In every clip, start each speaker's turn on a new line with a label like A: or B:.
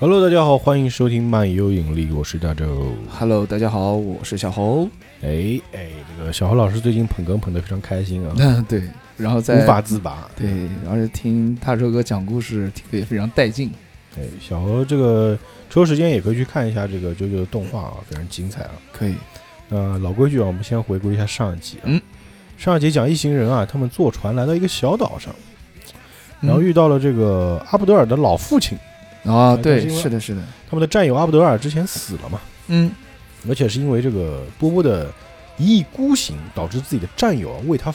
A: Hello，大家好，欢迎收听《漫游引力》，我是大周。
B: Hello，大家好，我是小侯。
A: 哎哎，这个小侯老师最近捧哏捧得非常开心啊，
B: 嗯，对，然后在
A: 无法自拔。
B: 对，而且听大周哥讲故事听得也非常带劲。
A: 哎，小侯这个抽时间也可以去看一下这个啾啾的动画啊，非常精彩啊。
B: 可以，
A: 那老规矩啊，我们先回顾一下上一集、啊。
B: 嗯，
A: 上一集讲一行人啊，他们坐船来到一个小岛上，
B: 嗯
A: 然后遇到了这个阿布德尔的老父亲。
B: 啊，
A: 开
B: 对，
A: 心了
B: 是的，是的，
A: 他们的战友阿布德尔之前死了嘛，
B: 嗯，
A: 而且是因为这个波波的一意孤行，导致自己的战友啊为他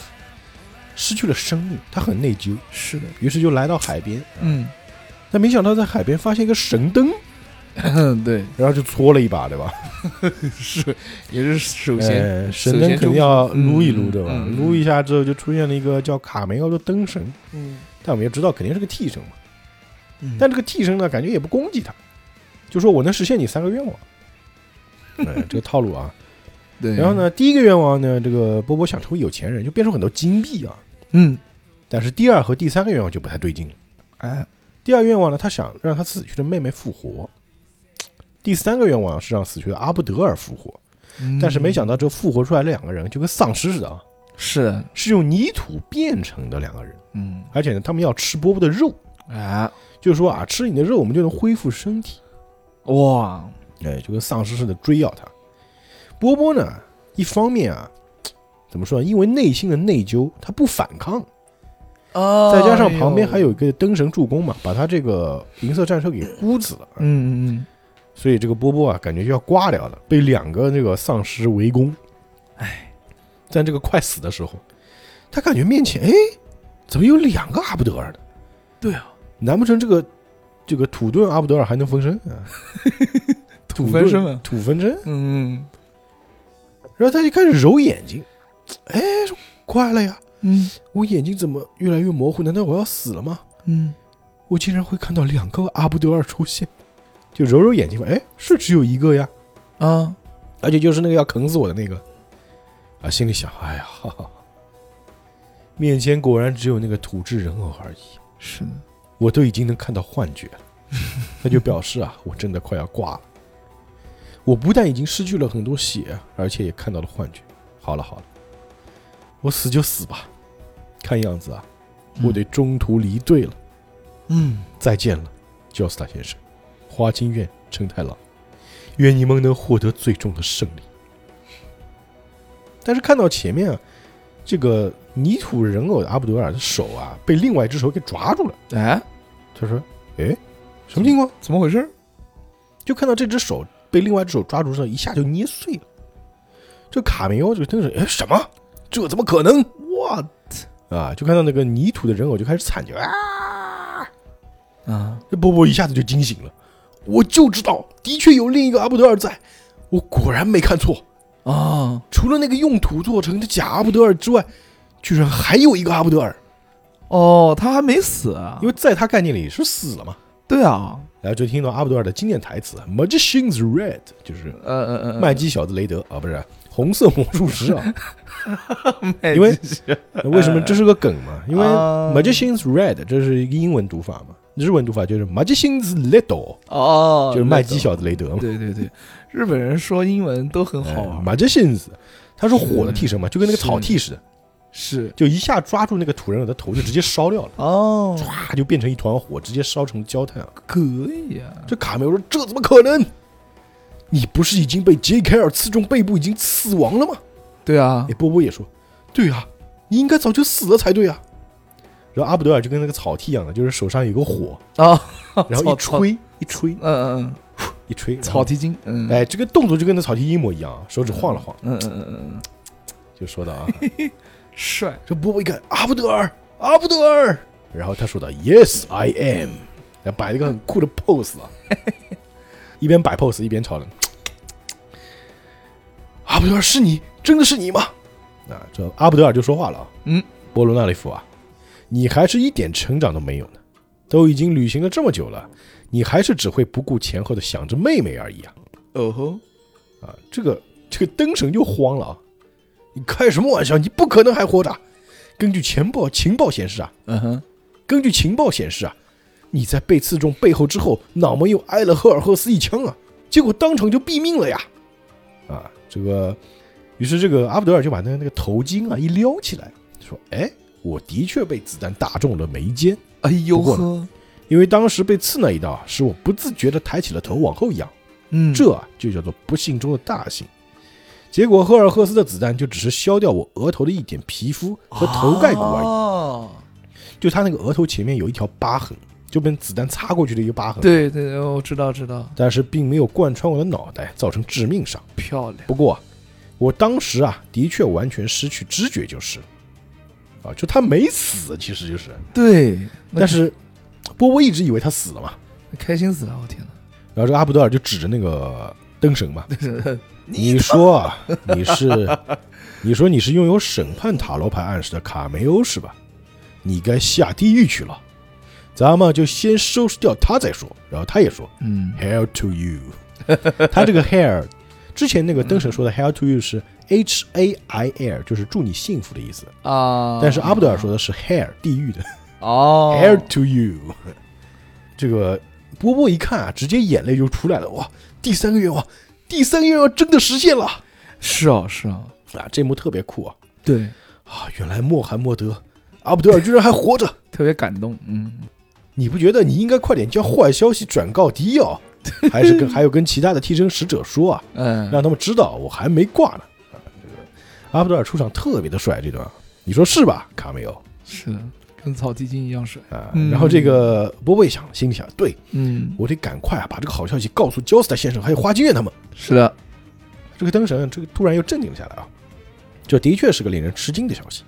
A: 失去了生命，他很内疚，
B: 是的，
A: 于是就来到海边。
B: 嗯，
A: 但没想到在海边发现一个神灯，
B: 嗯对，
A: 然后就搓了一把，对吧？
B: 是，也是首先，
A: 哎，
B: 首
A: 神灯
B: 先
A: 肯定
B: 就
A: 要
B: 嗯
A: 撸一撸，对吧？
B: 嗯嗯
A: 撸一下之后就出现了一个叫卡梅奥的灯神，
B: 嗯，
A: 但我们也知道肯定是个替身嘛。但
B: 但
A: 这个替身呢，感觉也不攻击他，就说我能实现你三个 愿望。哎，这个套路啊。
B: 对，
A: 然后，呢，第一个愿望呢，这个波波想成为有钱人，就变出很多金币啊。
B: 嗯，
A: 但是第二和第三个愿望就不太对劲了。
B: 哎，
A: 第二愿望呢，他想让他死去的妹妹复活；第三个愿望是让死去的阿布德尔复活。但是没想到这复活出来的两个人就跟丧尸似的啊，
B: 嗯是的，
A: 是用泥土变成的两个人，
B: 嗯，
A: 而且呢，他们要吃波波的肉，
B: 啊，
A: 就是说啊，吃你的肉我们就能恢复身体，
B: 哇，
A: 哎，就跟丧尸似的追咬他。波波呢，一方面啊，怎么说呢？因为内心的内疚，他不反抗，
B: 哦
A: 再加上旁边还，有一个灯神助攻嘛，把他这个银色战车给箍死了，
B: 嗯嗯嗯，
A: 所以这个波波啊，感觉就要挂掉了，被两个那个丧尸围攻。哎，在这个快死的时候，他感觉面前哎，怎么有两个阿布德尔呢？
B: 对啊，
A: 难不成这个这个土遁阿布德尔还能分身啊？
B: 土分身
A: 啊
B: 啊，
A: 土分身。
B: 嗯
A: 然后他就开始揉眼睛，哎，说快了呀！
B: 嗯
A: 我眼睛怎么越来越模糊？难道我要死了吗？
B: 嗯，
A: 我竟然会看到两个阿布德尔出现，就揉揉眼睛吧，哎，是只有一个呀。嗯
B: 啊，
A: 而且就是那个要啃死我的那个，啊，心里想，哎呀， 哈哈哈面前果然只有那个土制人偶而已，
B: 是的，
A: 我都已经能看到幻觉了，那就表示啊，我真的快要挂了。我不但已经失去了很多血，而且也看到了幻觉。好了好了，我死就死吧，看样子啊，我得中途离队了。
B: 嗯，
A: 再见了，焦斯塔先生，花京院承太郎，愿你们能获得最终的胜利。但是看到前面啊，这个泥土人偶的阿布德尔的手啊，被另外一只手给抓住了。
B: 哎，
A: 他说：“哎，什么情况
B: 怎么回事？？”
A: 就看到这只手被另外一只手抓住之后，一下就捏碎了。这卡梅欧这个真是，哎，什么？这怎么可能？
B: 我
A: 啊，就看到那个泥土的人偶就开始惨叫啊！
B: 啊，
A: 这波波一下子就惊醒了，我就知道，的确有另一个阿布德尔在，我果然没看错。
B: 哦，
A: 除了那个用土做成的假阿布德尔之外，居然还有一个阿布德尔，
B: 哦，他还没死啊？
A: 因为在他概念里是死了嘛。
B: 对啊，
A: 然后就听到阿布德尔的经典台词：“Magician's Red”，就是
B: 呃呃呃，
A: 麦基小子雷德啊，不是红色魔术 师啊。
B: 麦
A: 因为
B: 基 是
A: 为什么这是个梗嘛？因为
B: 啊
A: Magician's Red 这是一个英文读法嘛，日文读法就是 Magician's Little，
B: 哦，
A: 就是麦基小子雷德嘛。
B: 对对对，日本人说英文都很好啊玩，
A: 马这哎信子，他是火的替身嘛，就跟那个草替似的，
B: 是
A: 就一下抓住那个土人偶的头，就直接烧掉了，
B: 哦，
A: 唰就变成一团火，直接烧成焦炭啊！
B: 可以啊，
A: 这卡梅欧说：“这怎么可能？你不是已经被杰凯尔刺中背部，已经死亡了吗
B: 对啊？”
A: 哎，，波波也说：“对啊，你应该早就死了才对啊。”然后阿布德尔就跟那个草剃一样的，就是手上有个火，
B: 哦，
A: 哎然后
B: 草，
A: 一吹一吹
B: 草嗯嗯
A: 一
B: 嗯，
A: 吹，然后
B: 草提筋，嗯，
A: 哎，这个动作就跟那草剃一模一样啊，手指晃了晃，
B: 嗯，嗯嗯嗯嗯，
A: 就说到啊，
B: 帅，
A: 这波波一看，阿布德尔，阿布德尔，然后他说的 Yes, I am，然后摆了一个很酷的 pose 啊， 一边摆 pose 一边吵人。阿布德尔是你，真的是你吗？啊，这阿布德尔就说话了啊，
B: 嗯，
A: 波罗纳利夫啊，你还是一点成长都没有呢，都已经旅行了这么久了，你还是只会不顾前后的想着妹妹而已啊！
B: 哦吼，
A: 啊，这个这个灯神就慌了啊！你开什么玩笑？你不可能还活着！根据情报情报显示啊，
B: 嗯哼，
A: 根据情报显示啊，你在被刺中背后之后，脑门又挨了赫尔赫斯一枪啊，结果当场就毙命了呀！啊，这个，于是这个阿布德尔就把那那个头巾啊一撩起来，说：“哎，我的确被子弹打中了眉间，
B: 哎呦
A: 不过
B: 呵，
A: 因为当时被刺那一刀啊，使我不自觉地抬起了头往后仰。”
B: 嗯，
A: 这啊就叫做不幸中的大幸。结果赫尔赫斯的子弹就只是削掉我额头的一点皮肤和头盖骨而已，
B: 哦，
A: 就他那个额头前面有一条疤痕，就被子弹擦过去的一个疤痕，
B: 对对，对我知道知道，
A: 但是并没有贯穿我的脑袋，造成致命伤。
B: 漂亮，
A: 不过啊、我当时啊，的确完全失去知觉，就是啊，就他没死，其实就是，
B: 对，那
A: 但是波波一直以为他死了嘛，
B: 开心死了，我天
A: 然后这个阿布德尔就指着那个灯神嘛，
B: 哪，
A: 你说啊，你是， 你说你是拥有审判塔罗牌暗示的卡梅欧是吧？你该下地狱去了。咱们就先收拾掉他再说。然后他也说
B: 嗯，
A: “Hell to you”。他 这个 “Hell”，之前那个灯神说的 “Hell to you” 是 H A I L，就是祝你幸福的意思。
B: 啊，
A: 但是阿布德尔说的是 “Hell”，地狱的
B: 哦
A: “Hell to you”。这个波波一看啊，直接眼泪就出来了。哇，第三个愿望，第三个愿望真的实现了。
B: 是哦是哦，
A: 啊，这幕特别酷啊！
B: 对，
A: 啊，原来穆罕默德阿卜德尔居然还活着，
B: 特别感动，嗯，
A: 你不觉得你应该快点将坏消息转告迪奥，还 是跟还有跟其他的替身使者说啊，
B: 嗯，
A: 让他们知道我还没挂呢？啊，这个阿卜德尔出场特别的帅，这段你说是吧，卡梅欧
B: 是的，跟草地精一样帅，
A: 啊？
B: 嗯
A: 然后这个波波一想，心里想，对
B: 嗯，
A: 我得赶快啊把这个好消息告诉焦斯塔先生还有花金院他们。
B: 是的，
A: 这个灯神这个突然又镇定了下来啊，这的确是个令人吃惊的消息。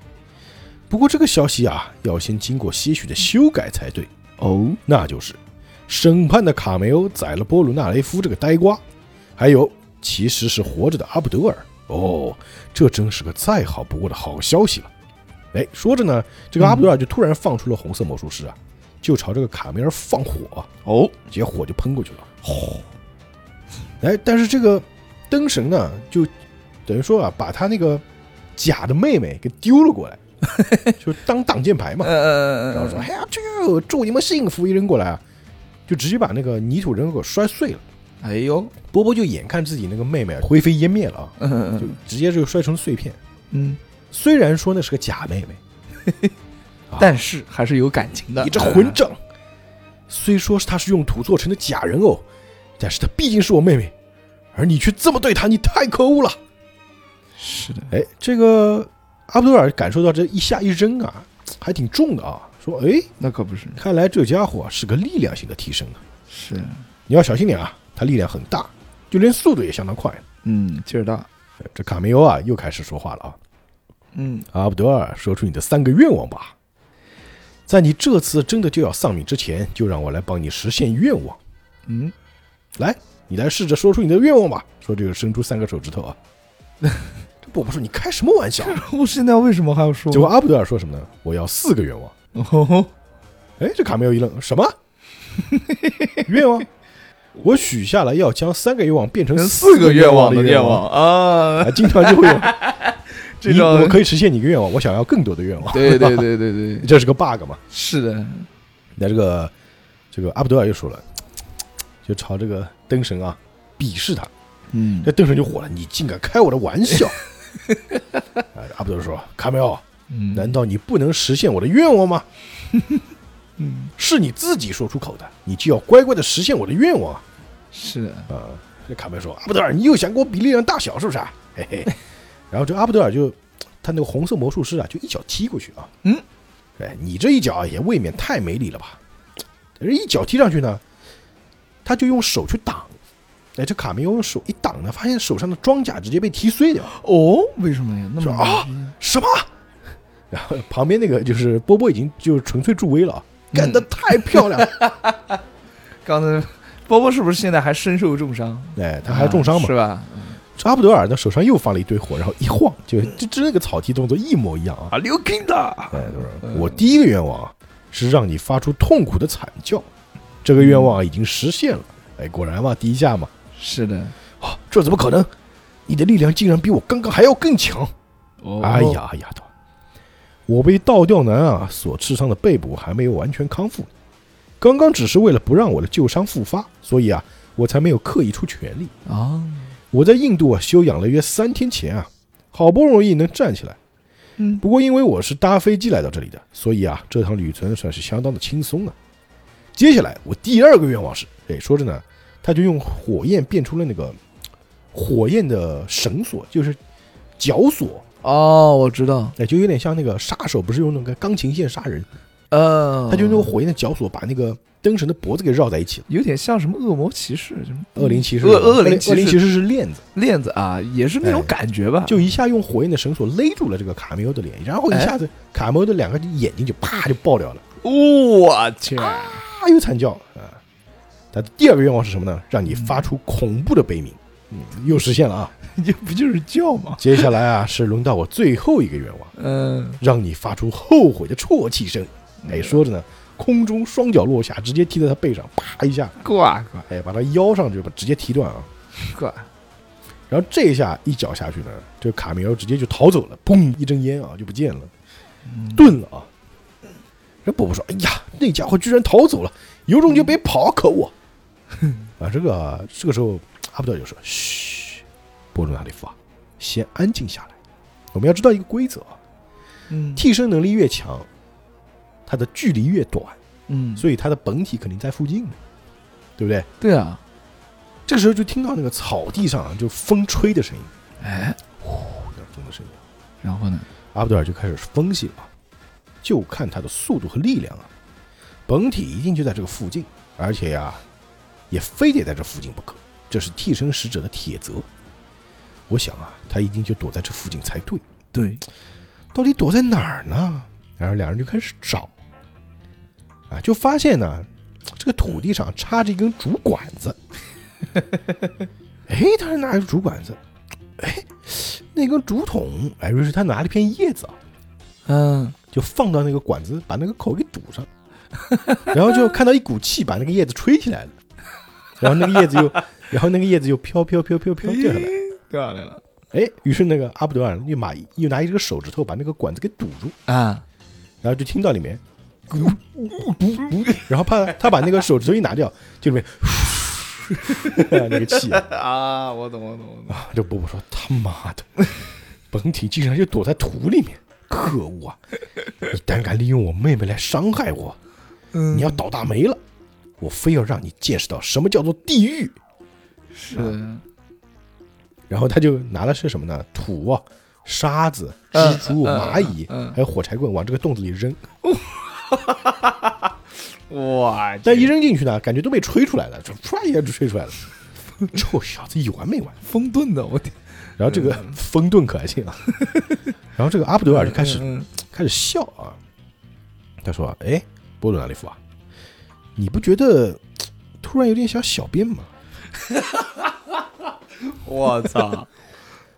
A: 不过这个消息啊，要先经过些许的修改才对，
B: 哦，
A: 那就是审判的卡梅欧宰了波鲁纳雷夫这个呆瓜，还有其实是活着的阿布德尔。哦，这真是个再好不过的好消息了。哎，说着呢，这个阿布德尔就突然放出了红色魔术师啊，就朝这个卡梅尔放火，
B: 哦，
A: 结果火就喷过去了。哦哎，但是这个灯神呢，就等于说啊，把他那个假的妹妹给丢了过来，就当挡箭牌嘛。
B: 呃，
A: 然后说：“哎呀，就祝你们幸福！”一扔过来啊，就直接把那个泥土人给摔碎了。
B: 哎呦，
A: 波波就眼看自己那个妹妹灰飞烟灭了啊，
B: 嗯
A: 就直接就摔成碎片。
B: 嗯，
A: 虽然说那是个假妹妹，
B: 但是还是有感情的，嗯
A: 你这混账！虽说是她是用土做成的假人偶，但是她毕竟是我妹妹，而你却这么对她，你太可恶了！
B: 是的，
A: 哎，这个阿布多尔感受到这一下一扔啊，还挺重的啊，说：“哎，
B: 那可不是，
A: 看来这家伙是个力量型的替身啊。”
B: 是，
A: 你要小心点啊，他力量很大，就连速度也相当快。
B: 嗯，劲儿大，
A: 这卡梅欧啊，又开始说话了啊！
B: 嗯，
A: 阿布德尔，说出你的三个愿望吧。在你这次真的就要丧命之前，就让我来帮你实现愿望。
B: 嗯，
A: 来，你来试着说出你的愿望吧。说这个伸出三个手指头啊。 这波波说：“你开什么玩笑啊
B: 我现在为什么还要？”说？
A: 结果阿布德尔说什么呢？我要四个愿望。
B: 哦，
A: 哎，这卡梅欧一愣，什么 愿望？我许下了要将三个愿望变成四个愿望的愿望。
B: 啊
A: 啊，，经常就会有
B: 这
A: 你
B: 种
A: 我可以实现你一个愿望，我想要更多的愿望，
B: 对对对对对，
A: 这是个 bug 嘛？
B: 是的，
A: 那这个这个阿布德尔又说了，就朝这个灯神啊鄙视他，
B: 嗯
A: 这，灯神就火了，你竟敢开我的玩 笑！啊阿布德尔说，卡梅奥，
B: 嗯
A: 难道你不能实现我的愿望吗？
B: 嗯，
A: 是你自己说出口的，你就要乖乖的实现我的愿望啊！
B: 是的，
A: 啊，这卡梅说：“阿布德尔，你又想跟我比力量大小是不是啊？”嘿嘿。然后这阿布德尔就他那个红色魔术师啊，就一脚踢过去啊。
B: 嗯，
A: 哎，你这一脚也未免太没理了吧？这一脚踢上去呢，他就用手去挡。哎，这卡梅欧用手一挡呢，发现手上的装甲直接被踢碎 掉。
B: 哦，为什么呀？那
A: 说
B: 么
A: 啊
B: 牛逼
A: 什么？ 然后旁边那个就是波波已经就纯粹助威了啊，干得太漂亮了！
B: 刚才波波是不是现在还身受重伤？
A: 哎，他还重伤嘛
B: 啊是？吧？
A: 这阿布德尔呢手上又放了一堆火，然后一晃，就就就那个草踢动作一模一样啊。
B: 啊，刘 king 的，
A: 哎，就是我第一个愿望啊，是让你发出痛苦的惨叫，这个愿望啊已经实现了。哎，果然嘛，第一下嘛，
B: 是的，
A: 啊，这怎么可能？你的力量竟然比我刚刚还要更强！
B: 哦
A: 哎，呀哎呀的，我被倒吊男啊所刺伤的背部还没有完全康复，刚刚只是为了不让我的旧伤复发，所以啊，我才没有刻意出全力。
B: 啊，
A: 我在印度啊休养了约三天前啊，好不容易能站起来。
B: 嗯
A: 不过因为我是搭飞机来到这里的，所以啊，这趟旅程算是相当的轻松啊。接下来我第二个愿望是，哎，说着呢，他就用火焰变出了那个火焰的绳索，就是绞索，
B: 哦，我知道，
A: 哎，就有点像那个杀手不是用那个钢琴线杀人，
B: 呃，
A: 他就用那个火焰的绞索把那个灯神的脖子给绕在一起了。
B: 有点像什么恶魔骑士，什么
A: 恶灵骑士，
B: 嗯恶恶灵
A: 灵
B: 骑
A: 恶灵骑
B: 士
A: 士是链子，
B: 链子啊，也是那种
A: 哎
B: 感觉吧？
A: 就一下用火焰的绳索勒住了这个卡梅欧的脸，然后一下
B: 哎
A: 子卡梅欧的两个眼睛就啪就爆掉了。
B: 我去，
A: 啊，又惨叫啊！他的第二个愿望是什么呢？让你发出恐怖的悲鸣，嗯，又实现了啊！
B: 这不就是叫吗？
A: 接下来啊，是轮到我最后一个愿望，
B: 嗯，
A: 让你发出后悔的啜泣声。哎，说着呢，空中双脚落下，直接踢在他背上，啪一下，
B: 挂挂
A: 哎，把他腰上就把直接踢断啊！
B: 挂，
A: 然后这一下一脚下去呢，这个卡米欧直接就逃走
B: 嗯
A: 了，砰，一阵烟啊就不见了，顿了啊！这伯伯说：“哎呀，那家伙居然逃走了，有种就别跑，可恶！”
B: 嗯
A: 啊，这个啊这个时候阿布德就说：“嘘，波鲁纳利夫啊，先安静下来。我们要知道一个规则啊，
B: 嗯
A: 替身能力越强，它的距离越短，
B: 嗯，
A: 所以它的本体肯定在附近的，对不对？
B: 对啊，
A: 这个时候就听到那个草地上啊就风吹的声音，
B: 哎，
A: 呼，那风的声音。”
B: 然后呢？
A: 阿布德尔就开始分析了啊，就看它的速度和力量啊，本体一定就在这个附近，而且呀、也非得在这附近不可，这是替身使者的铁则。我想啊，他一定就躲在这附近才对，
B: 对，
A: 到底躲在哪儿呢？然后两人就开始找，啊，就发现呢，这个土地上插着一根竹管子。哎，他是拿着竹管子，哎，那根竹筒，哎，于是他拿了一片叶子啊，
B: 嗯，
A: 就放到那个管子，把那个口给堵上， 然后就看到一股气把那个叶子吹起来了，然后那个叶子又， 然后那个叶子又飘飘飘飘飘掉下来。
B: 掉下来了
A: 哎，于是那个阿布德尔立马又拿一个手指头把那个管子给堵住，
B: 啊，
A: 然后就听到里面咕咕咕咕，然后怕他把那个手指头一拿掉，就里面 那个气啊，
B: 啊，我懂，我懂，我懂。
A: 这伯伯说他妈的，本体竟然就躲在土里面，可恶啊！你胆敢利用我妹妹来伤害我，
B: 嗯
A: 你要倒大霉了！我非要让你见识到什么叫做地狱。
B: 是
A: 啊
B: 的，
A: 然后他就拿的是什么呢？土啊、沙子、蜘蛛、
B: 嗯嗯
A: 蚂蚁，
B: 嗯嗯
A: 还有火柴棍，往这个洞子里扔。
B: 哇，
A: 但一扔进去呢，感觉都被吹出来了，就唰一下就吹出来了。 臭小子有完没完！
B: 风遁的，我天，
A: 然后这个
B: 嗯
A: 风遁可还行啊。 然后这个阿布德尔就开始
B: 嗯
A: 开始笑啊，他说：“哎，波鲁纳利夫啊，你不觉得突然有点像小便吗？
B: 嗯我操，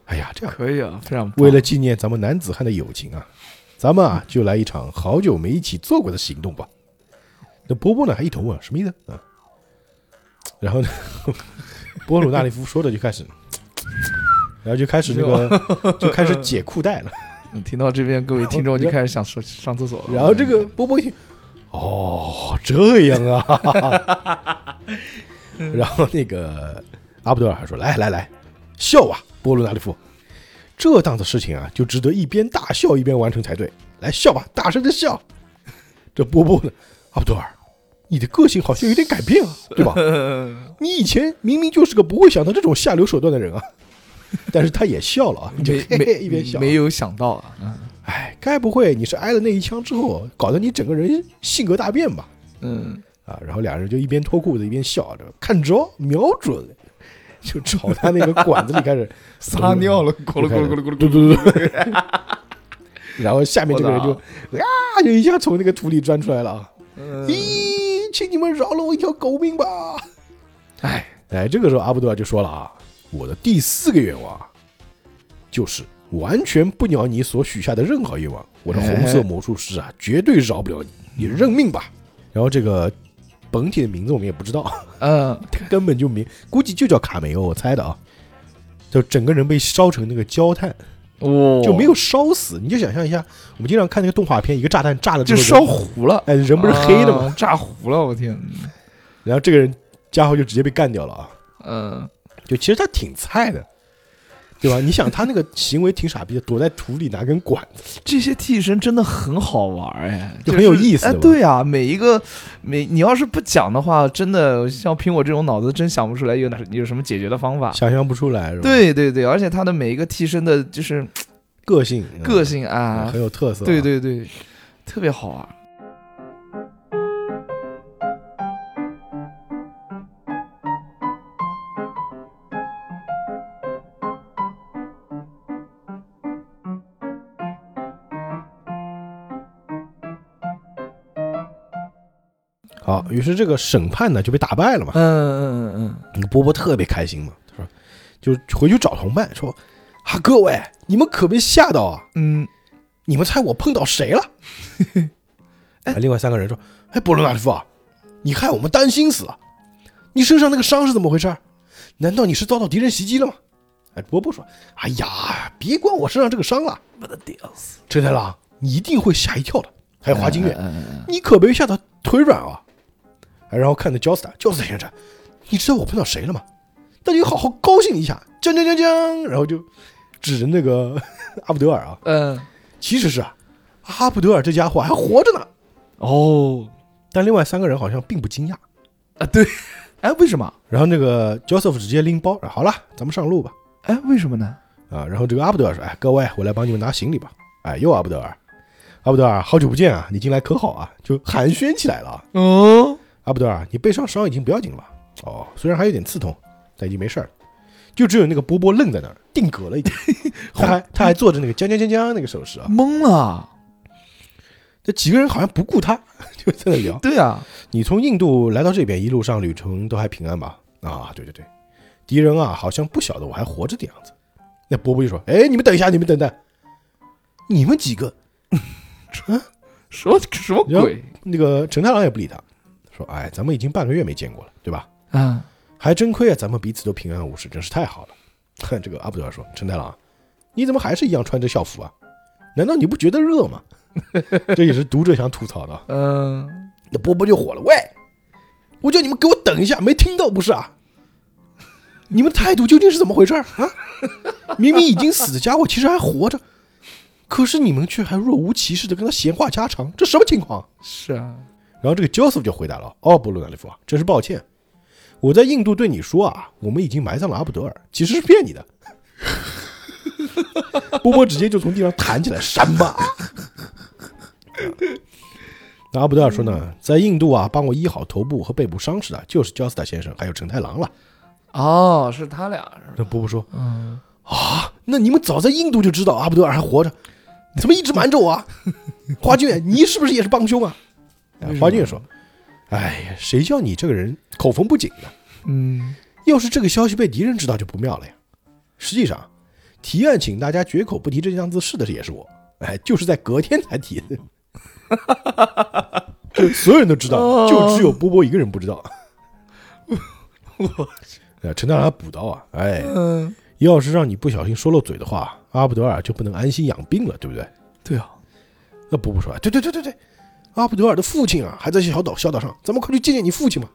A: 哎呀，这 样
B: 可以啊，非常棒
A: 为了纪念咱们男子汉的友情啊，咱们啊就来一场好久没一起做过的行动吧。那波波呢还一头问什么意思啊？然后呢， 波鲁纳利夫说着就开始，然后就开始那个就开始解裤带了。
B: 嗯听到这边各位听众就开始想上上厕所了。
A: 哦然后这个波波一听，哦，这样啊。 然后那个阿布德尔还说：“来来来，笑啊，波鲁纳利夫，这档子事情啊，就值得一边大笑一边完成才对。来笑吧，大声的笑。”这波波呢，阿布德尔，你的个性好像有点改变啊，对 吧？
B: 嗯，
A: 你以前明明就是个不会想到这种下流手段的人啊，但是他也笑了啊， 就
B: 没
A: 嘿嘿一边
B: 没
A: 笑。
B: 没有想到啊，嗯
A: 哎，该不会你是挨了那一枪之后，搞得你整个人性格大变吧？
B: 嗯，
A: 啊，然后俩人就一边脱裤子一边笑着，看着瞄准，就朝他那个管子里开始
B: 撒尿
A: 了，
B: 了，咕噜咕噜咕噜咕噜咕
A: 嘟
B: 噜，
A: 嘟嘟。然后下面这个人就
B: 我
A: 啊，就一下从那个土里钻出来了啊！
B: 嗯
A: 咦，请你们饶了我一条狗命吧！
B: 哎，
A: 哎，这个时候阿布多尔就说了啊，我的第四个愿望啊就是完全不鸟你所许下的任何愿望，我的红色魔术师啊，绝对饶不了你，你认命吧。然后这个本体的名字我们也不知 道，
B: 嗯，
A: 根本就没，估计就叫卡梅欧，我猜的啊。就整个人被烧成那个焦炭，
B: 哦
A: 就没有烧死。你就想象一下，我们经常看那个动画片，一个炸弹炸了之
B: 就
A: 后
B: 烧
A: 人，
B: 糊了，
A: 哎，人不是黑的吗？
B: 啊炸糊了，我天，
A: 然后这个人家伙就直接被干掉了啊。
B: 嗯，
A: 就其实他挺菜的，对吧？你想他那个行为挺傻逼的，躲在土里拿根管子，
B: 这些替身真的很好玩儿哎，
A: 就是很有意思
B: 哎，
A: 对吧
B: 对啊，每一个每你要是不讲的话，真的像凭我这种脑子，真想不出来有哪有什么解决的方法。
A: 想象不出来是吧？，
B: 对对对，而且他的每一个替身的就是
A: 个性，嗯
B: 个性
A: 嗯
B: 啊，
A: 很有特色啊。
B: 对对对，特别好玩。
A: 好，于是这个审判呢就被打败了嘛。
B: 嗯嗯嗯
A: 波波特别开心嘛，他说，就回去找同伴说，啊，各位，你们可别吓到啊！
B: 嗯嗯，
A: 你们猜我碰到 谁了？哎，另外三个人说，哎，波罗纳利夫啊，你害我们担心死了，你身上那个伤是怎么回事？难道你是遭到敌人袭击了吗？哎，波波说，哎呀，别管我身上这个伤了，
B: 我的屌丝，
A: 陈太郎，你一定会吓一跳的。还有花金月，
B: 嗯嗯嗯
A: 你可别吓得腿软啊！哎然后看着 j o s t 斯 j o s t 先生，你知道我碰到谁了吗？那你好好高兴一下，锵锵锵锵！然后就指着那个 阿布德尔啊，
B: 嗯，
A: 其实是啊，阿布德尔这家伙还活着呢。
B: 哦
A: 但另外三个人好像并不惊讶。
B: 啊对，哎为什么？
A: 然后那个 Joseph 直接拎包，啊好了，咱们上路吧。
B: 哎为什么呢？
A: 啊，然后这个阿布德尔说：“哎，各位，我来帮你们拿行李吧。”哎，又阿布德尔，阿布德尔，好久不见啊，你近来可好啊？就寒暄起来了啊。
B: 哦，
A: 阿布德尔，你背上伤已经不要紧了吧？哦，虽然还有点刺痛，但已经没事儿了。就只有那个波波愣在那儿，定格了一点。他还他还做着那个将将将将那个手势啊。
B: 懵了，
A: 这几个人好像不顾他，就在那聊。
B: 对啊，
A: 你从印度来到这边，一路上旅程都还平安吧？啊，对对对，敌人啊好像不晓得我还活着的样子。那波波就说：“哎，你们等一下，你们等等，你们几个 啊
B: 什么什么鬼
A: 那个陈太郎也不理他，说：哎，咱们已经半个月没见过了，对吧？
B: 啊？
A: 还真亏啊，咱们彼此都平安无事，真是太好了。哼，这个阿布德尔说：“陈太郎，你怎么还是一样穿着校服啊？难道你不觉得热吗？” 这也是读者想吐槽的。
B: 嗯，
A: 那波波就火了：“喂，我叫你们给我等一下，没听到不是啊？你们态度究竟是怎么回事儿啊？明明已经死的家伙，其实还活着，可是你们却还若无其事的跟他闲话家常，这什么情况？”
B: 是啊，
A: 然后这个 Joseph 就回答了：“哦，布鲁纳利夫啊，真是抱歉，我在印度对你说啊，我们已经埋葬了阿布德尔，其实是骗你的。” 波波直接就从地上弹起来，什么？那阿布德尔说呢，在印度啊，帮我医好头部和背部伤势的啊就是焦斯塔先生，还有陈太郎了。
B: 哦，是他俩是吧？
A: 那波波说
B: 嗯，：“
A: 那你们早在印度就知道阿布德尔还活着，怎么一直瞒着我啊？花卷，你是不是也是帮凶啊？”哎花卷说：“哎呀，谁叫你这个人口风不紧呢？
B: 嗯，
A: 要是这个消息被敌人知道就不妙了呀。实际上，提案请大家绝口不提这档子事的也是我，哎，就是在隔天才提的，就所有人都知道，
B: 哦
A: 就只有波波一个人不知道。我，陈大郎还补刀啊，哎，
B: 嗯，
A: 要是让你不小心说漏嘴的话，阿布德尔就不能安心养病了，对不对？
B: 对啊，
A: 那波波说，啊对对对对对，阿布德尔的父亲啊还在小岛小岛上，咱们快去见见你父亲嘛。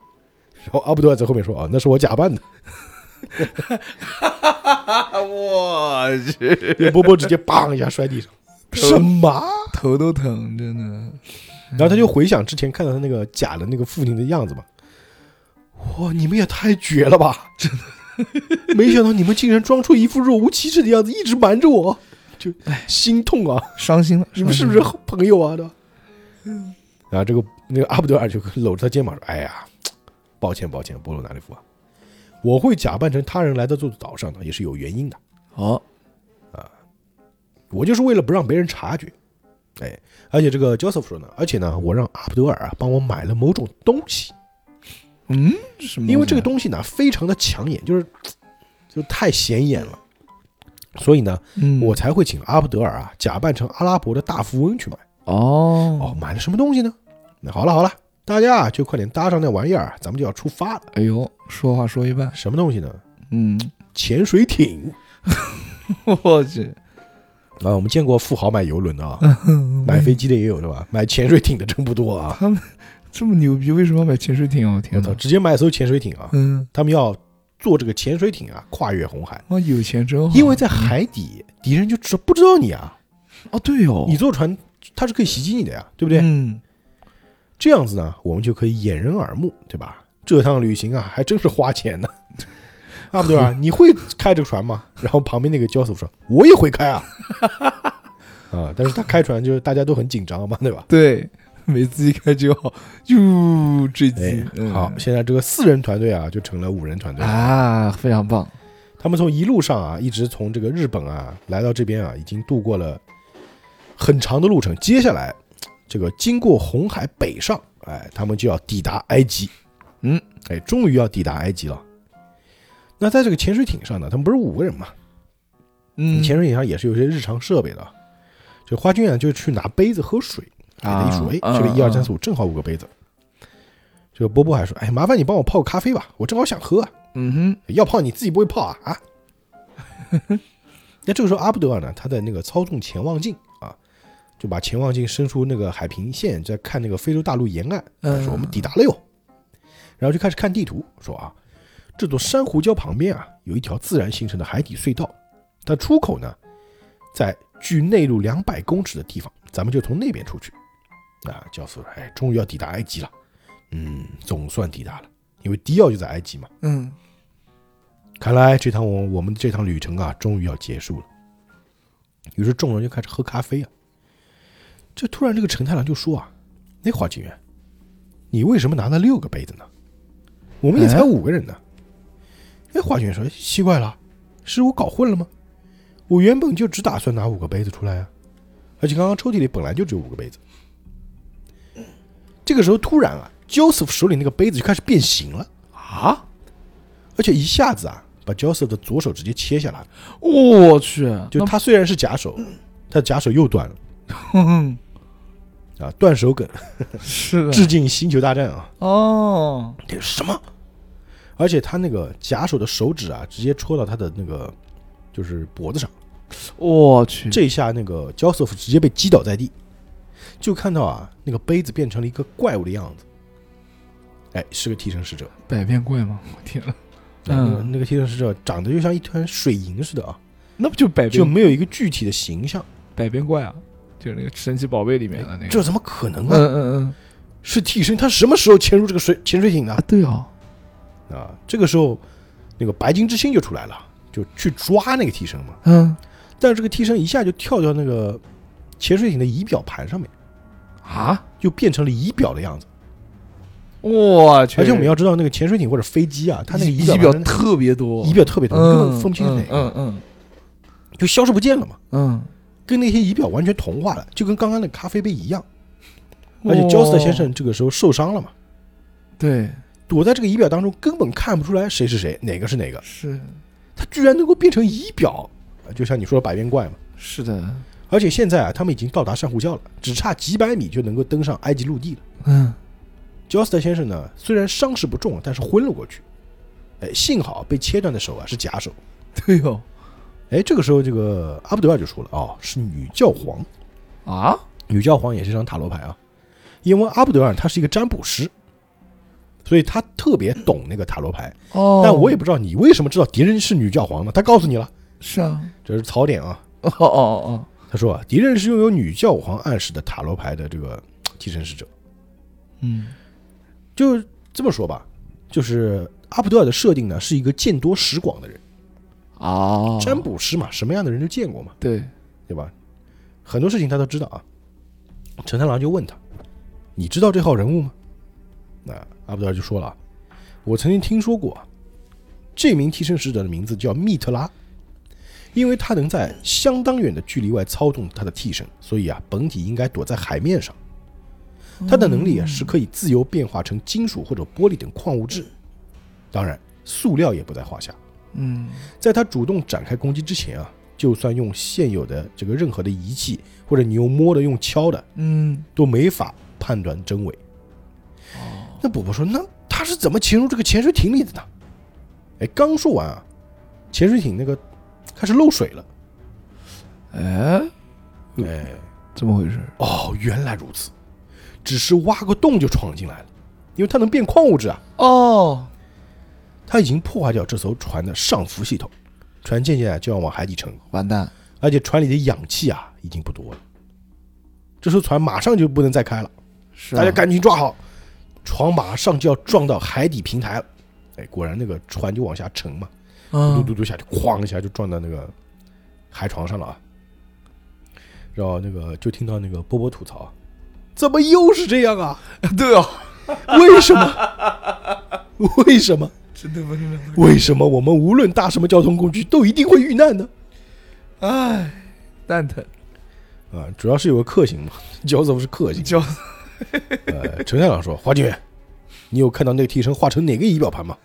A: 然后阿布德尔在后面说啊，那是我假扮的。
B: 我去，
A: 叶波波直接砰一下摔地上，什么？
B: 头都疼，真的。
A: 然后他就回想之前看到他那个假的那个父亲的样子嘛，哇，你们也太绝了吧！真的，没想到你们竟然装出一副若无其事的样子，一直瞒着我，就心痛啊！
B: 伤心了，
A: 你们是不是朋友啊？对吧？然后嗯啊这个那个阿布德尔就搂着他肩膀说：“哎呀，抱歉抱歉，波罗纳利夫啊，我会假扮成他人来到这座岛上的，也是有原因的。”
B: 好？
A: 我就是为了不让别人察觉。哎，而且这个 Joseph 说呢，而且呢，我让阿布德尔啊帮我买了某种东西，
B: 嗯，什么？
A: 因为这个，东西呢非常的抢眼，就是就太显眼了，所以呢，
B: 嗯，
A: 我才会请阿布德尔啊假扮成阿拉伯的大富翁去买。
B: 哦，
A: 哦，买了什么东西呢？那好了好了，大家啊就快点搭上那玩意儿啊，咱们就要出发了。
B: 哎呦，说话说一半，
A: 什么东西呢？
B: 嗯，
A: 潜水艇。
B: 我去，
A: 啊，我们见过富豪买游轮 的啊，
B: 嗯
A: 买飞机的也有是吧？买潜水艇的真不多啊！
B: 这么牛逼，为什么要买潜水艇啊？我天
A: 我操，
B: 哪！
A: 直接买艘潜水艇啊！
B: 嗯，
A: 他们要坐这个潜水艇啊，跨越红海，
B: 哇，有钱真好。
A: 因为在海底，敌人就知不知道你啊，
B: 哦，对嗯哦，
A: 你坐船他是可以袭击你的呀，对不对？
B: 嗯，
A: 这样子呢，我们就可以掩人耳目，对吧？这趟旅行啊，还真是 花钱呢，啊，对吧？你会开这个船吗？然后旁边那个教授说：“我也会 开啊。”啊，但是他开船就是大家都很紧张嘛，对吧？
B: 对，每自己开就好，哟，这
A: 哎
B: 集、嗯、
A: 好，现在这个四人团队啊，就成了五人团队。
B: 啊，非常棒。
A: 他们从一路上啊，一直从这个日本啊来到这边啊，已经度过了很长的路程。接下来，这个经过红海北上，哎，他们就要抵达埃及。
B: 嗯，
A: 哎，终于要抵达埃及了。那在这个潜水艇上呢，他们不是五个人嘛？
B: 嗯，
A: 潜水艇上也是有些日常设备的。这花君啊，就去拿杯子喝水，给了一数，哎，
B: 啊
A: 这个一二三
B: 嗯
A: 四五正好五个杯子。这个波波还说，哎，麻烦你帮我泡个咖啡吧，我正好想喝啊。
B: 嗯哼，
A: 要泡你自己不会泡啊 啊！那这个时候阿布德尔呢，他在那个操纵潜望镜啊，就把潜望镜伸出那个海平线，在看那个非洲大陆沿岸，
B: 嗯
A: 说我们抵达了哟。然后就开始看地图，说啊，这座珊瑚礁旁边啊有一条自然形成的海底隧道，它出口呢在距内陆两百公尺的地方，咱们就从那边出去。啊，教授说，哎，终于要抵达埃及了，嗯，总算抵达了，因为迪奥就在埃及嘛。
B: 嗯，
A: 看来这趟我我们这趟旅程啊，终于要结束了。于是众人就开始喝咖啡啊。这突然，这个陈太郎就说啊：“那花警员，你为什么拿了六个杯子呢？我们也才
B: 哎
A: 五个人呢。哎那花警员说：“奇怪了，是我搞混了吗？我原本就只打算拿五个杯子出来啊，而且刚刚抽屉里本来就只有五个杯子。”这个时候，突然啊，Joseph 手里那个杯子就开始变形了。
B: 啊，
A: 而且一下子啊，把 Joseph 的左手直接切下来了。
B: 我去，
A: 就他虽然是假手，
B: 嗯
A: 他的假手又断了
B: 那
A: 啊，断手梗，
B: 是的，
A: 致敬《星球大战》啊！
B: 哦，
A: 这是什么？而且他那个假手的手指啊，直接戳到他的那个就是脖子上。
B: 我去，
A: 这一下，那个 Joseph 直接被击倒在地，就看到啊，那个杯子变成了一个怪物的样子。哎，是个替身使者。哎
B: 百变怪吗？我天呐，
A: 那个
B: 嗯
A: 那个替身使者长得就像一团水银似的啊，
B: 那不就百
A: 就
B: 变
A: 没有一个具体的形象。哎
B: 百变怪啊？就是那个神奇宝贝里面的那个。
A: 这怎么可能
B: 嗯
A: 啊？
B: 嗯嗯
A: 是替身，他什么时候潜入这个水潜水艇的
B: 啊，对哦，
A: 啊？这个时候，那个白金之星就出来了，就去抓那个替身嘛。
B: 嗯
A: 但是这个替身一下就跳到那个潜水艇的仪表盘上面，
B: 啊，
A: 就变成了仪表的样子。
B: 我去，
A: 而且我们要知道，那个潜水艇或者飞机啊，它那个
B: 仪
A: 仪
B: 表
A: 表盘
B: 特别多，
A: 仪表特别多，你根本分不清是哪个，
B: 嗯嗯
A: 就消失不见了嘛，
B: 嗯
A: 跟那些仪表完全同化了，就跟刚刚那个咖啡杯一样。
B: 嗯，
A: 而且焦斯特
B: 哦
A: 先生这个时候受伤了嘛，
B: 对
A: 躲在这个仪表当中根本看不出来谁是谁，哪个是哪个。
B: 是
A: 他居然能够变成仪表，呃就像你说的百变怪嘛。
B: 是的，
A: 而且现在啊，他们已经到达珊瑚礁了，只差几百米就能够登上埃及陆地了。
B: 嗯
A: 焦斯特先生呢，虽然伤势不重，啊但是昏了过去。哎，幸好被切断的手啊是假手。
B: 对哦
A: 哎，这个时候这个阿布德尔就说了哦，是女教皇，
B: 啊，
A: 女教皇也是一张塔罗牌啊。因为阿布德尔他是一个占卜师，所以他特别懂那个塔罗牌。
B: 哦，
A: 但我也不知道你为什么知道敌人是女教皇呢？他告诉你了，
B: 是啊，
A: 这是槽点啊。
B: 哦哦哦
A: 他说啊，敌人是拥有女教皇暗示的塔罗牌的这个嘖替身使者。
B: 哦，嗯
A: 就这么说吧，就是阿布德尔的设定呢是一个见多识广的人，
B: 啊，
A: 占卜师嘛，什么样的人就见过嘛，
B: 对，
A: 对吧？很多事情他都知道啊。陈太郎就问他：“你知道这号人物吗？”那阿布德尔就说了啊：“我曾经听说过啊，这名替身使者的名字叫密特拉，因为他能在相当远的距离外操纵他的替身，所以啊，本体应该躲在海面上。他的能力啊是可以自由变化成金属或者玻璃等矿物质，当然，塑料也不在话下。
B: 嗯
A: 在他主动展开攻击之前啊，就算用现有的这个任何的仪器，或者你用摸的、用敲的，
B: 嗯，
A: 都没法判断真伪。那伯伯说：“那他是怎么潜入这个潜水艇里的呢？”哎，刚说完啊，潜水艇那个开始漏水了，
B: 哎，
A: 哎，
B: 怎么回事？
A: 哦，原来如此，只是挖个洞就闯进来了，因为它能变矿物质啊。
B: 哦，
A: 它已经破坏掉这艘船的上浮系统，船渐渐啊就要往海底沉，
B: 完蛋！
A: 而且船里的氧气啊已经不多了。这艘船马上就不能再开了，
B: 是啊
A: 大家赶紧抓好，船马上就要撞到海底平台了。哎，果然那个船就往下沉嘛，嘟
B: 嗯
A: 嘟嘟下去，哐一下就撞到那个海床上了啊。然后那个就听到那个波波吐槽啊：“怎么又是这样啊？
B: 对哦，
A: 为什么？ 为什么？
B: 真的不能了。
A: 为什么我们无论搭什么交通工具都一定会遇难呢？
B: 哎，蛋疼，
A: 啊，主要是有个克星 嘛，焦子不是克星。
B: 叫
A: 呃，陈校长说：“花金元，你有看到那个替身画成哪个仪表盘吗？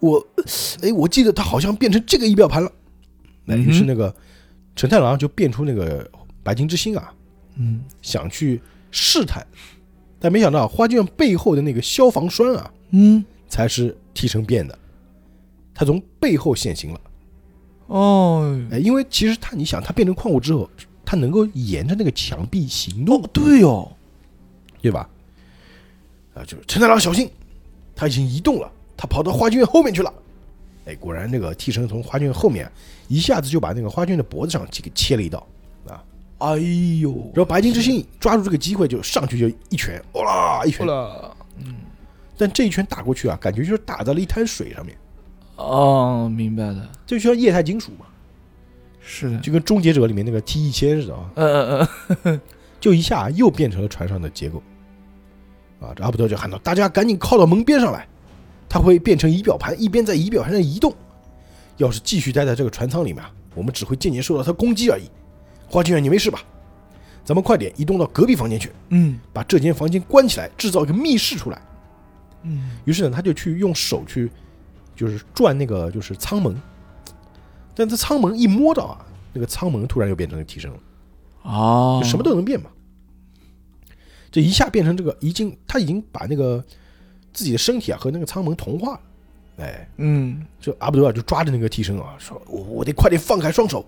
A: 我，哎，我记得他好像变成这个仪表盘了。嗯那于是那个陈太郎就变出那个白金之星啊，
B: 嗯，
A: 想去试探，但没想到花卷背后的那个消防栓啊，
B: 嗯，
A: 才是替身变的，他从背后现形了。
B: 哦，
A: 哎，因为其实他，你想，他变成矿物之后，他能够沿着那个墙壁行动，
B: 对哦，
A: 对吧？啊，就是陈太郎小心，他已经移动了，他跑到花卷后面去了。哎，果然那个替身从花卷后面一下子就把那个花卷的脖子上给切了一刀啊！
B: 哎呦，
A: 然后白金之星抓住这个机会就上去就一拳，哇啦一拳
B: 了，
A: 但这一拳打过去啊，感觉就是打在了一滩水上面，
B: 哦，明白了，
A: 这就像液态金属嘛，
B: 是的，
A: 就跟《终结者》里面那个 T 一千似的啊，
B: 嗯嗯
A: 就一下又变成了船上的结构。啊，这阿布多就喊道：“大家赶紧靠到门边上来，它会变成仪表盘，一边在仪表盘上移动。要是继续待在这个船舱里面啊，我们只会渐渐受到它攻击而已。”花清远，你没事吧？咱们快点移动到隔壁房间去，
B: 嗯
A: 把这间房间关起来，制造一个密室出来。
B: 嗯
A: 于是呢，他就去用手去，就是转那个就是舱门，但他舱门一摸到啊，那个舱门突然又变成了提升了，
B: 嗯，哦
A: 就，什么都能变嘛。这一下变成这个，已经他已经把那个自己的身体啊和那个舱门同化了，哎，
B: 嗯，
A: 这阿布德尔就抓着那个替身啊，说我我得快点放开双手，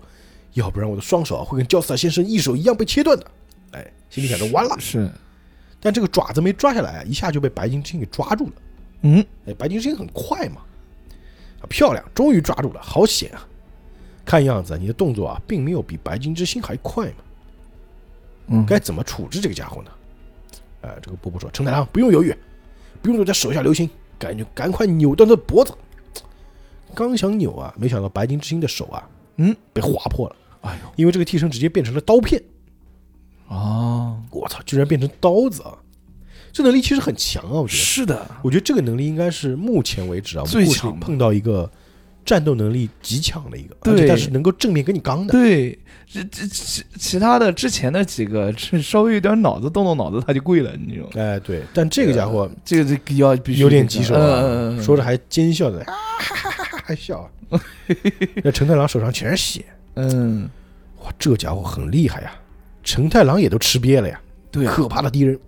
A: 要不然我的双手啊会跟焦斯塔先生一手一样被切断的。哎，心里想着完了，
B: 是，
A: 但这个爪子没抓下来啊，一下就被白金之星给抓住了。
B: 嗯，
A: 哎，白金之星很快嘛，啊，漂亮，终于抓住了，好险啊！看样子啊你的动作啊，并没有比白金之星还快嘛。
B: 嗯，
A: 该怎么处置这个家伙呢？哎，这个波波说：“陈太郎，不用犹豫，不用对他手下留情，赶紧赶快扭断他的脖子。”刚想扭啊，没想到白金之星的手啊
B: 嗯，
A: 被划破了，
B: 哎呦，
A: 因为这个替身直接变成了刀片。
B: 哦，
A: 我操，居然变成刀子啊！这能力其实很强啊，我觉得。
B: 是的，
A: 我觉得这个能力应该是目前为止啊，我们
B: 最
A: 故事
B: 强的
A: 碰到一个战斗能力极强的一个，
B: 对
A: 而且他是能够正面跟你刚的。
B: 对，这这其其他的之前的几个，这稍微有点脑子动动脑子他就跪了，你知道吗？
A: 哎，对，但这个家伙
B: 这个这要呃必须
A: 有点
B: 得
A: 棘手
B: 嗯
A: 啊，
B: 嗯嗯嗯，
A: 说着还奸笑的，啊哈哈哈哈笑啊。 那陈太郎手上全是血，
B: 嗯，
A: 哇，这家伙很厉害呀！陈太郎也都吃瘪了呀，
B: 对啊，
A: 可怕的敌人。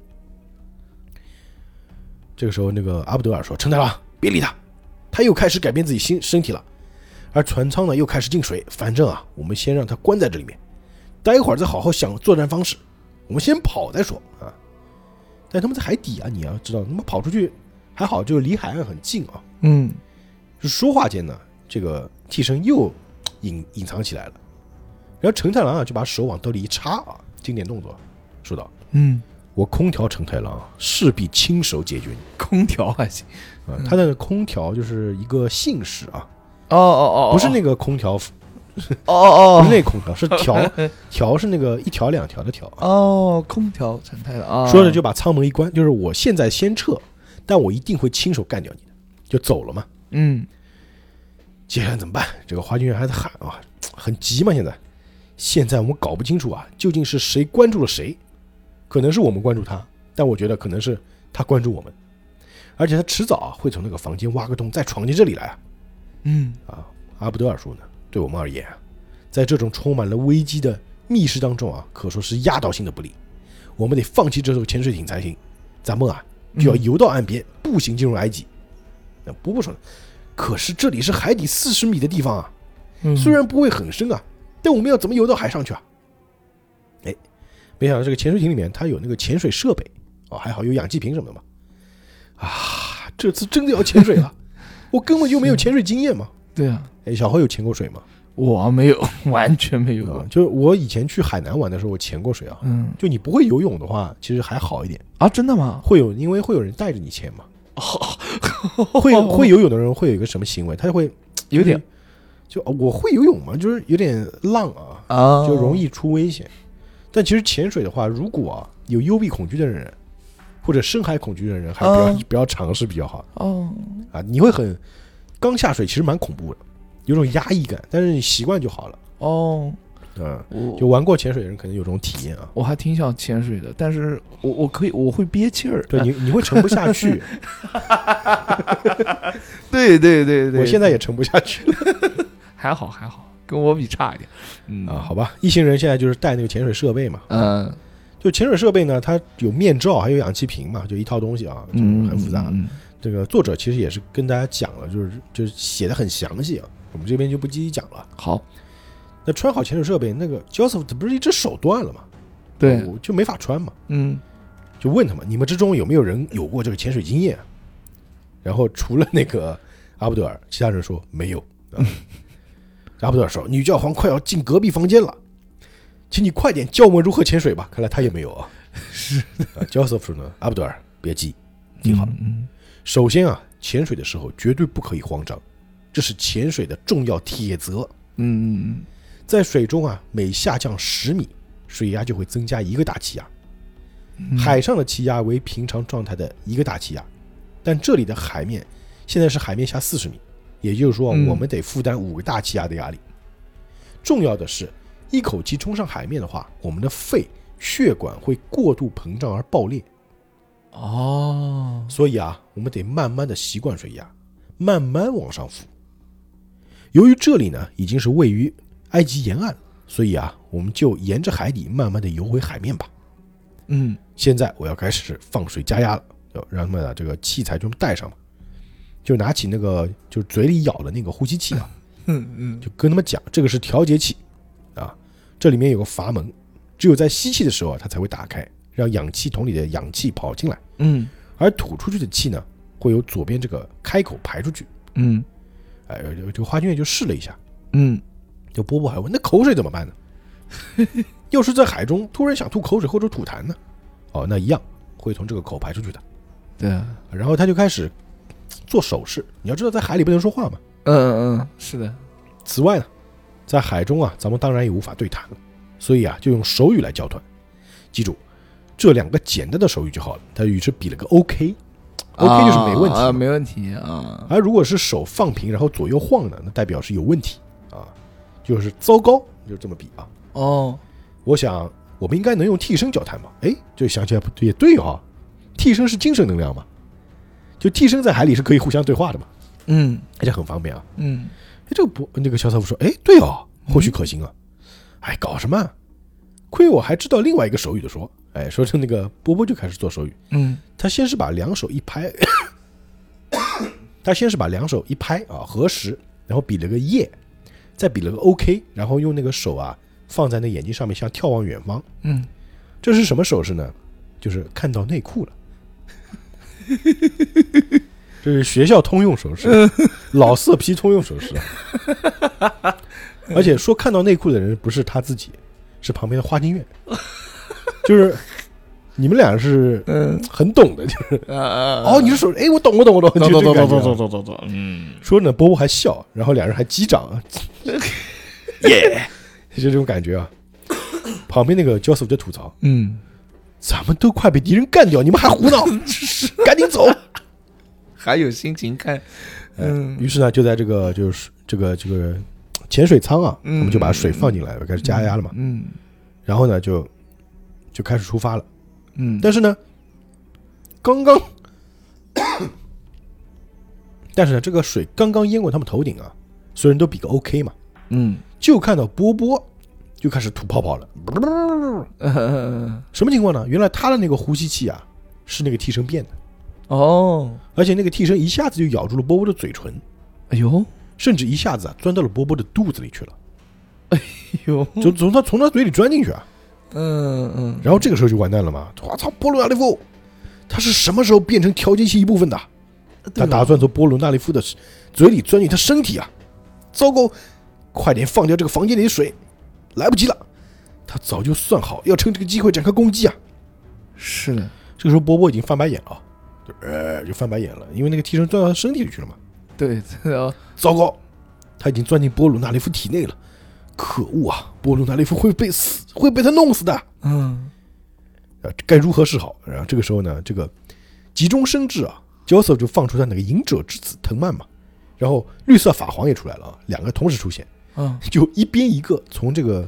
A: 这个时候，那个阿布德尔说：“陈太郎，别理他，他又开始改变自己心身体了。”而船舱呢又开始进水，反正啊，我们先让他关在这里面，待会儿再好好想作战方式。我们先跑再说啊。但他们在海底啊，你要知道，他们跑出去还好，就是离海岸很近啊。
B: 嗯，
A: 就说话间呢，这个替身又隐隐藏起来了。然后陈太郎啊，就把手往兜里一插啊，经典动作，说道：“
B: 嗯，
A: 我空调承太郎势必亲手解决你
B: 空调还行。
A: 啊！他的空调就是一个姓氏啊，
B: 哦哦哦，
A: 不是那个空调，
B: 哦哦，
A: 不是那个空调，是调调是那个一条两条的条。
B: 哦，空调陈太郎啊，
A: 说着就把舱门一关，就是我现在先撤，但我一定会亲手干掉你的，就走了嘛。
B: 嗯
A: 接下来怎么办？这个花君院还在喊啊，很急嘛。现在，现在我们搞不清楚啊，究竟是谁关注了谁？可能是我们关注他，但我觉得可能是他关注我们，而且他迟早啊会从那个房间挖个洞再闯进这里来啊。
B: 嗯
A: 啊，阿布德尔说呢，对我们而言啊，在这种充满了危机的密室当中啊，可说是压倒性的不利。我们得放弃这艘潜水艇才行。咱们啊，就要游到岸边，步行进入埃及。那波波说呢，可是这里是海底四十米的地方啊，
B: 嗯
A: 虽然不会很深啊，但我们要怎么游到海上去啊？哎，没想到这个潜水艇里面它有那个潜水设备哦，还好有氧气瓶什么的嘛。啊，这次真的要潜水了， 我根本就没有潜水经验嘛。
B: 对啊，
A: 哎，小何有潜过水吗？
B: 我没有， 完全没有
A: 啊
B: 过。，
A: 就是我以前去海南玩的时候，我潜过水啊。
B: 嗯
A: 就你不会游泳的话，其实还好一点，
B: 啊，真的吗？
A: 会有因为会有人带着你潜嘛。
B: 哦
A: 会 会游泳的人会有一个什么行为？他就会
B: 有点
A: 就哦我会游泳嘛，就是有点浪啊，
B: 啊，
A: 就容易出危险。但其实潜水的话，如果啊有幽闭恐惧的人，或者深海恐惧的人，还不要、
B: 啊
A: 不要尝试比较好
B: 哦，
A: 啊。你会很刚下水，其实蛮恐怖的，有种压抑感，但是你习惯就好了。
B: 哦，
A: 嗯，
B: 我
A: 就玩过潜水的人可能有这种体验啊。
B: 我还挺想潜水的，但是我我可以我会憋气儿。
A: 对你，你会沉不下去。
B: 对对 对对，
A: 我现在也沉不下去了
B: 还好还好，跟我比差一点。嗯
A: 啊。好，吧，一行人现在就是带那个潜水设备嘛，
B: 嗯
A: 就潜水设备呢，它有面罩，还有氧气瓶嘛，就一套东西啊，就是
B: 嗯，
A: 很复杂。
B: 嗯
A: 这个作者其实也是跟大家讲了，就是就是写的很详细啊，我们这边就不一一讲了。
B: 好，
A: 那穿好潜水设备，那个 Joseph 这不是一只手断了嘛，
B: 对，
A: 我就没法穿嘛，
B: 嗯
A: 就问他们，你们之中有没有人有过这个潜水经验啊？然后除了那个阿布德尔，其他人说没有。啊、阿布德尔说，女教皇快要进隔壁房间了，请你快点教我们如何潜水吧。看来他也没有啊。是、啊、Joseph 说呢，阿布德尔别急，挺好。
B: 嗯，
A: 首先啊，潜水的时候绝对不可以慌张，这是潜水的重要铁则。
B: 嗯嗯
A: 在水中啊，每下降十米，水压就会增加一个大气压。
B: 嗯，
A: 海上的气压为平常状态的一个大气压，但这里的海面现在是海面下四十米，也就是说啊
B: 嗯
A: 我们得负担五个大气压的压力。重要的是，一口气冲上海面的话，我们的肺血管会过度膨胀而爆裂，
B: 哦，
A: 所以啊，我们得慢慢的习惯水压，慢慢往上浮。由于这里呢已经是位于埃及沿岸，所以啊，我们就沿着海底慢慢的游回海面吧。
B: 嗯
A: 现在我要开始放水加压了，就让他们把这个器材全部带上嘛，就拿起那个就是嘴里咬的那个呼吸器啊，
B: 嗯嗯，
A: 就跟他们讲这个是调节器啊，这里面有个阀门，只有在吸气的时候啊它才会打开，让氧气桶里的氧气跑进来，
B: 嗯
A: 而吐出去的气呢会由左边这个开口排出去。
B: 嗯
A: 哎，这个花君也就试了一下，
B: 嗯，
A: 就波波还问那口水怎么办呢？ 要是在海中突然想吐口水或者吐痰呢？哦，那一样会从这个口排出去的。
B: 对，
A: 然后他就开始做手势。你要知道，在海里不能说话嘛。
B: 嗯嗯嗯，是的，
A: 此外呢，在海中啊，咱们当然也无法对谈了，所以啊，就用手语来交谈。记住这两个简单的手语就好了。他于是比了个 OK，OK、
B: 啊
A: 就是没问题
B: 啊，
A: 嘛。
B: 没问题啊，
A: 而如果是手放平，然后左右晃呢，那代表是有问题啊，就是糟糕，就这么比啊。
B: 哦，
A: 我想我们应该能用替身交谈吧？哎，这想起来不对，也对哈、哦替身是精神能量嘛，就替身在海里是可以互相对话的嘛，
B: 嗯
A: 而且很方便啊。
B: 嗯，
A: 哎，这个不，那个肖瑟夫说，哎，对哦，或许可行啊。哎，搞什么啊？亏我还知道另外一个手语的说，哎，说是那个波波就开始做手语，
B: 嗯
A: 他先是把两手一拍， 他先是把两手一拍啊，合十，然后比了个耶，再比了个 OK，然后用那个手啊放在那眼睛上面，像眺望远方。
B: 嗯，
A: 这是什么手势呢？就是看到内裤了。 这是学校通用手势，老色批通用手势啊。而且说看到内裤的人不是他自己，是旁边的花金院。就是你们俩是
B: 嗯
A: 很懂的，就是
B: 啊啊，
A: 哦，你是手势，哎，我懂，我懂，我懂，
B: 走
A: 就
B: 走走走
A: 这个感觉
B: 走
A: 啊
B: 走走走走，嗯，
A: 说呢，波波还笑，然后俩人还击掌啊，
B: 耶，
A: 就这种感 觉啊。旁边那个 Joseph 就吐槽，
B: 嗯，
A: 咱们都快被敌人干掉，你们还胡 闹，赶紧走。
B: 还有心情看，嗯
A: 于是呢，就在这个就是这个这个潜水舱啊，我
B: 嗯
A: 们就把水放进来了，开始加压了嘛。
B: 嗯
A: 然后呢，就就开始出发了。
B: 嗯，
A: 但是呢，刚 刚，但是呢，这个水刚刚淹过他们头顶啊，所有人都比个 OK 嘛，
B: 嗯
A: 就看到波波就开始吐泡泡了。
B: 呃
A: 什么情况呢？原来他的那个呼吸器啊，是那个替身变的，
B: 哦，
A: 而且那个替身一下子就咬住了波波的嘴唇，
B: 哎呦，
A: 甚至一下子啊钻到了波波的肚子里去了。
B: 哎呦，
A: 就从他从他嘴里钻进去啊。
B: 嗯嗯，
A: 然后这个时候就完蛋了嘛！我操，波伦纳利夫，他是什么时候变成调节器一部分的？他
B: 对啊吧
A: 打算从波伦纳利夫的嘴里钻进他身体啊！糟糕，快点放掉这个房间里的水，来不及了！他早就算好要趁这个机会展开攻击啊！
B: 是的，
A: 这个时候波波已经翻白眼了啊，就呃就翻白眼了，因为那个替身钻到他身体里去了嘛。
B: 对，哦然后
A: 糟糕，他已经钻进波鲁纳利夫体内了！可恶啊，波鲁纳利夫会被死，会被他弄死的！
B: 嗯，
A: 啊，该如何是好？然后这个时候呢，这个急中生智啊，Joseph 就放出他那个隐者之子藤蔓嘛，然后绿色法皇也出来了啊，两个同时出现，
B: 嗯，
A: 就一边一个从这个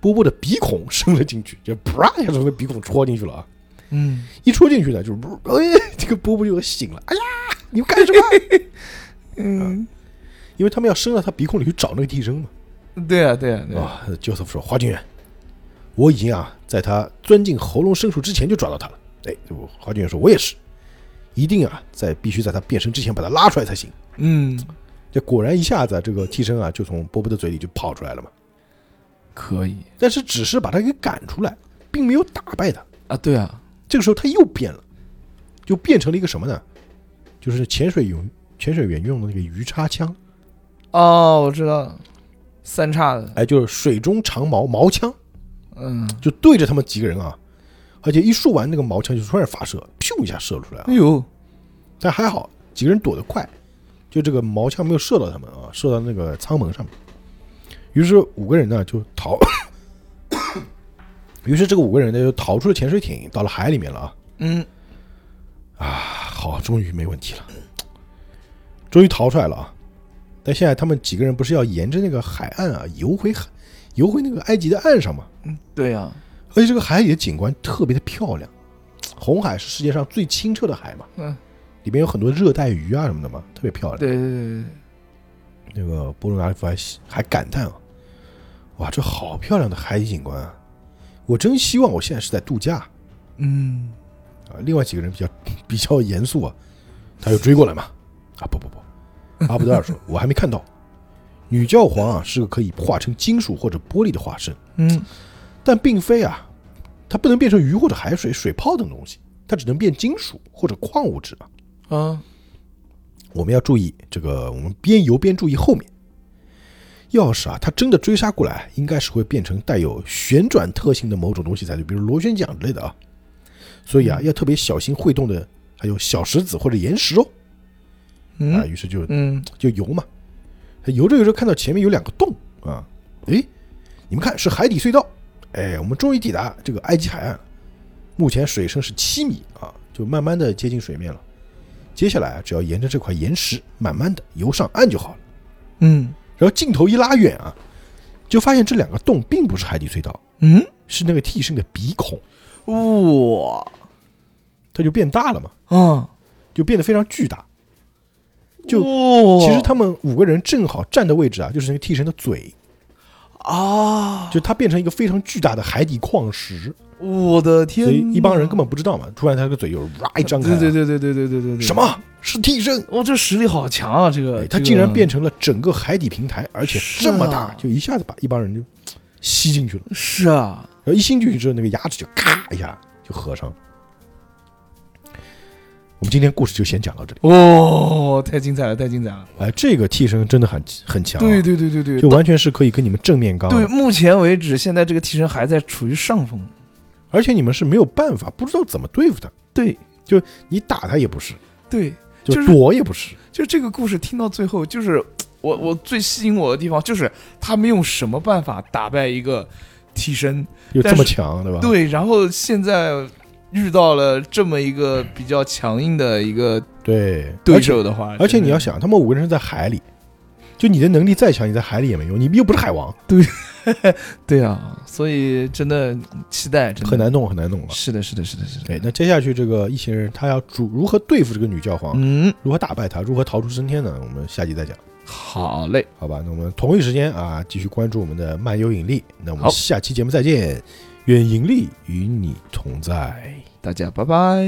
A: 波波的鼻孔伸了进去，就啪一下从那鼻孔戳进去了啊，
B: 嗯，
A: 一戳进去呢，就是哎，这个波波就醒了，哎呀，你们干什么？啊
B: 嗯，
A: 因为他们要伸到他鼻孔里去找那个替身嘛。
B: 对啊，对啊，对啊，
A: 啊、j o s e p h 说，花君远，我已经啊，在他钻进喉咙深处之前就抓到他了。哎，我花君远说，我也是，一定啊，在必须在他变身之前把他拉出来才行。
B: 嗯，
A: 这果然一下子啊、这个替身啊就从波波的嘴里就跑出来了嘛，
B: 可以
A: 但是只是把他给赶出来，并没有打败他。
B: 啊，对啊，
A: 这个时候他又变了，就变成了一个什么呢？就是潜水用潜水员用的那个鱼叉枪，
B: 哦，我知道，三叉的，
A: 哎，就是水中长矛矛枪。
B: 嗯，
A: 就对着他们几个人啊，而且一说完那个矛枪就突然发射，咻一下射出来
B: 哎
A: 了。
B: 呦，
A: 但还好几个人躲得快，就这个矛枪没有射到他们啊，射到那个舱门上面。于是五个人呢就逃， 于是这个五个人呢就逃出了潜水艇，到了海里面了啊！
B: 嗯，
A: 好，终于没问题了，终于逃出来了啊！但现在他们几个人不是要沿着那个海岸啊游回海，游回那个埃及的岸上吗？
B: 对啊，
A: 而且这个海里的景观特别的漂亮，红海是世界上最清澈的海嘛，
B: 嗯，
A: 里边有很多热带鱼啊什么的嘛，特别漂亮。
B: 对对对对，
A: 那个波罗纳利夫还还感叹啊，哇，这好漂亮的海底景观啊！我真希望我现在是在度假啊。
B: 嗯，
A: 另外几个人比较比较严肃啊，他又追过来嘛，啊不不不，阿布德尔说，我还没看到。女教皇啊是个可以化成金属或者玻璃的化身，
B: 嗯，
A: 但并非啊，它不能变成鱼或者海水、水泡等东西，它只能变金属或者矿物质啊。
B: 啊，
A: 我们要注意这个，我们边游边注意后面。要是啊，它真的追杀过来，应该是会变成带有旋转特性的某种东西才对，比如螺旋桨之类的啊。所以啊，要特别小心会动的，还有小石子或者岩石哦。啊，
B: 嗯，
A: 于是就
B: 嗯，
A: 就游嘛，游着游着看到前面有两个洞啊，诶，你们看是海底隧道，哎，我们终于抵达这个埃及海岸了，目前水深是七米啊，就慢慢的接近水面了。接下来啊，只要沿着这块岩石慢慢的游上岸就好了。
B: 嗯，
A: 然后镜头一拉远啊，就发现这两个洞并不是海底隧道，
B: 嗯，
A: 是那个替身的鼻孔，
B: 哇，
A: 它就变大了嘛，
B: 啊，
A: 就变得非常巨大。就
B: 就
A: 其实他们五个人正好站的位置啊，就是那个替身的嘴，
B: 啊，
A: 就它变成一个非常巨大的海底矿石，
B: 我的天
A: 所
B: 呐，
A: 以一帮人根本不知道嘛。突然他这个嘴又哇一张开、
B: 啊对对对对对对对对对，
A: 什？么是替身？
B: 哇，这实力好强啊！这个
A: 哎，
B: 这
A: 他
B: 个
A: 竟然变成了整个海底平台，而且
B: 是啊
A: 这么大，就一下子把一帮人就吸进去了。
B: 是啊，
A: 然后一吸进去之后，那个牙齿就咔一下就合上了。我们今天故事就先讲到这里。
B: 哦，太精彩了，太精彩了！
A: 哎，这个替身真的很很强、啊，
B: 对对对对对，
A: 就完全是可以跟你们正面刚的。
B: 对，
A: 啊
B: 目前为止，现在这个替身还在处于上风。
A: 而且你们是没有办法，不知道怎么对付他。
B: 对
A: 你打他也不是，
B: 对，
A: 就
B: 就是
A: 躲也不是。
B: 就这个故事听到最后，就是我我最吸引我的地方，就是他们用什么办法打败一个替身？
A: 又这
B: 但
A: 么
B: 是
A: 强，对吧？
B: 对，然后现在遇到了这么一个比较强硬的一个
A: 对
B: 对
A: 而且
B: 手的话，
A: 而且你要
B: 啊真
A: 想，他们五个人是在海里，就你的能力再强，你在海里也没用，你又不是海王，
B: 的对啊，所以真的期待，真的
A: 很难弄，很难弄了。
B: 是的，是的，是的，是的。
A: 哎，那接下去这个一行人他要主如何对付这个女教皇，
B: 嗯，
A: 如何打败她，如何逃出升天呢？我们下集再讲，
B: 好嘞，
A: 好吧？那我们同一时间啊，继续关注我们的漫游引力。那我们
B: 好
A: 下期节目再见，愿引力与你同在。
B: 大家拜拜。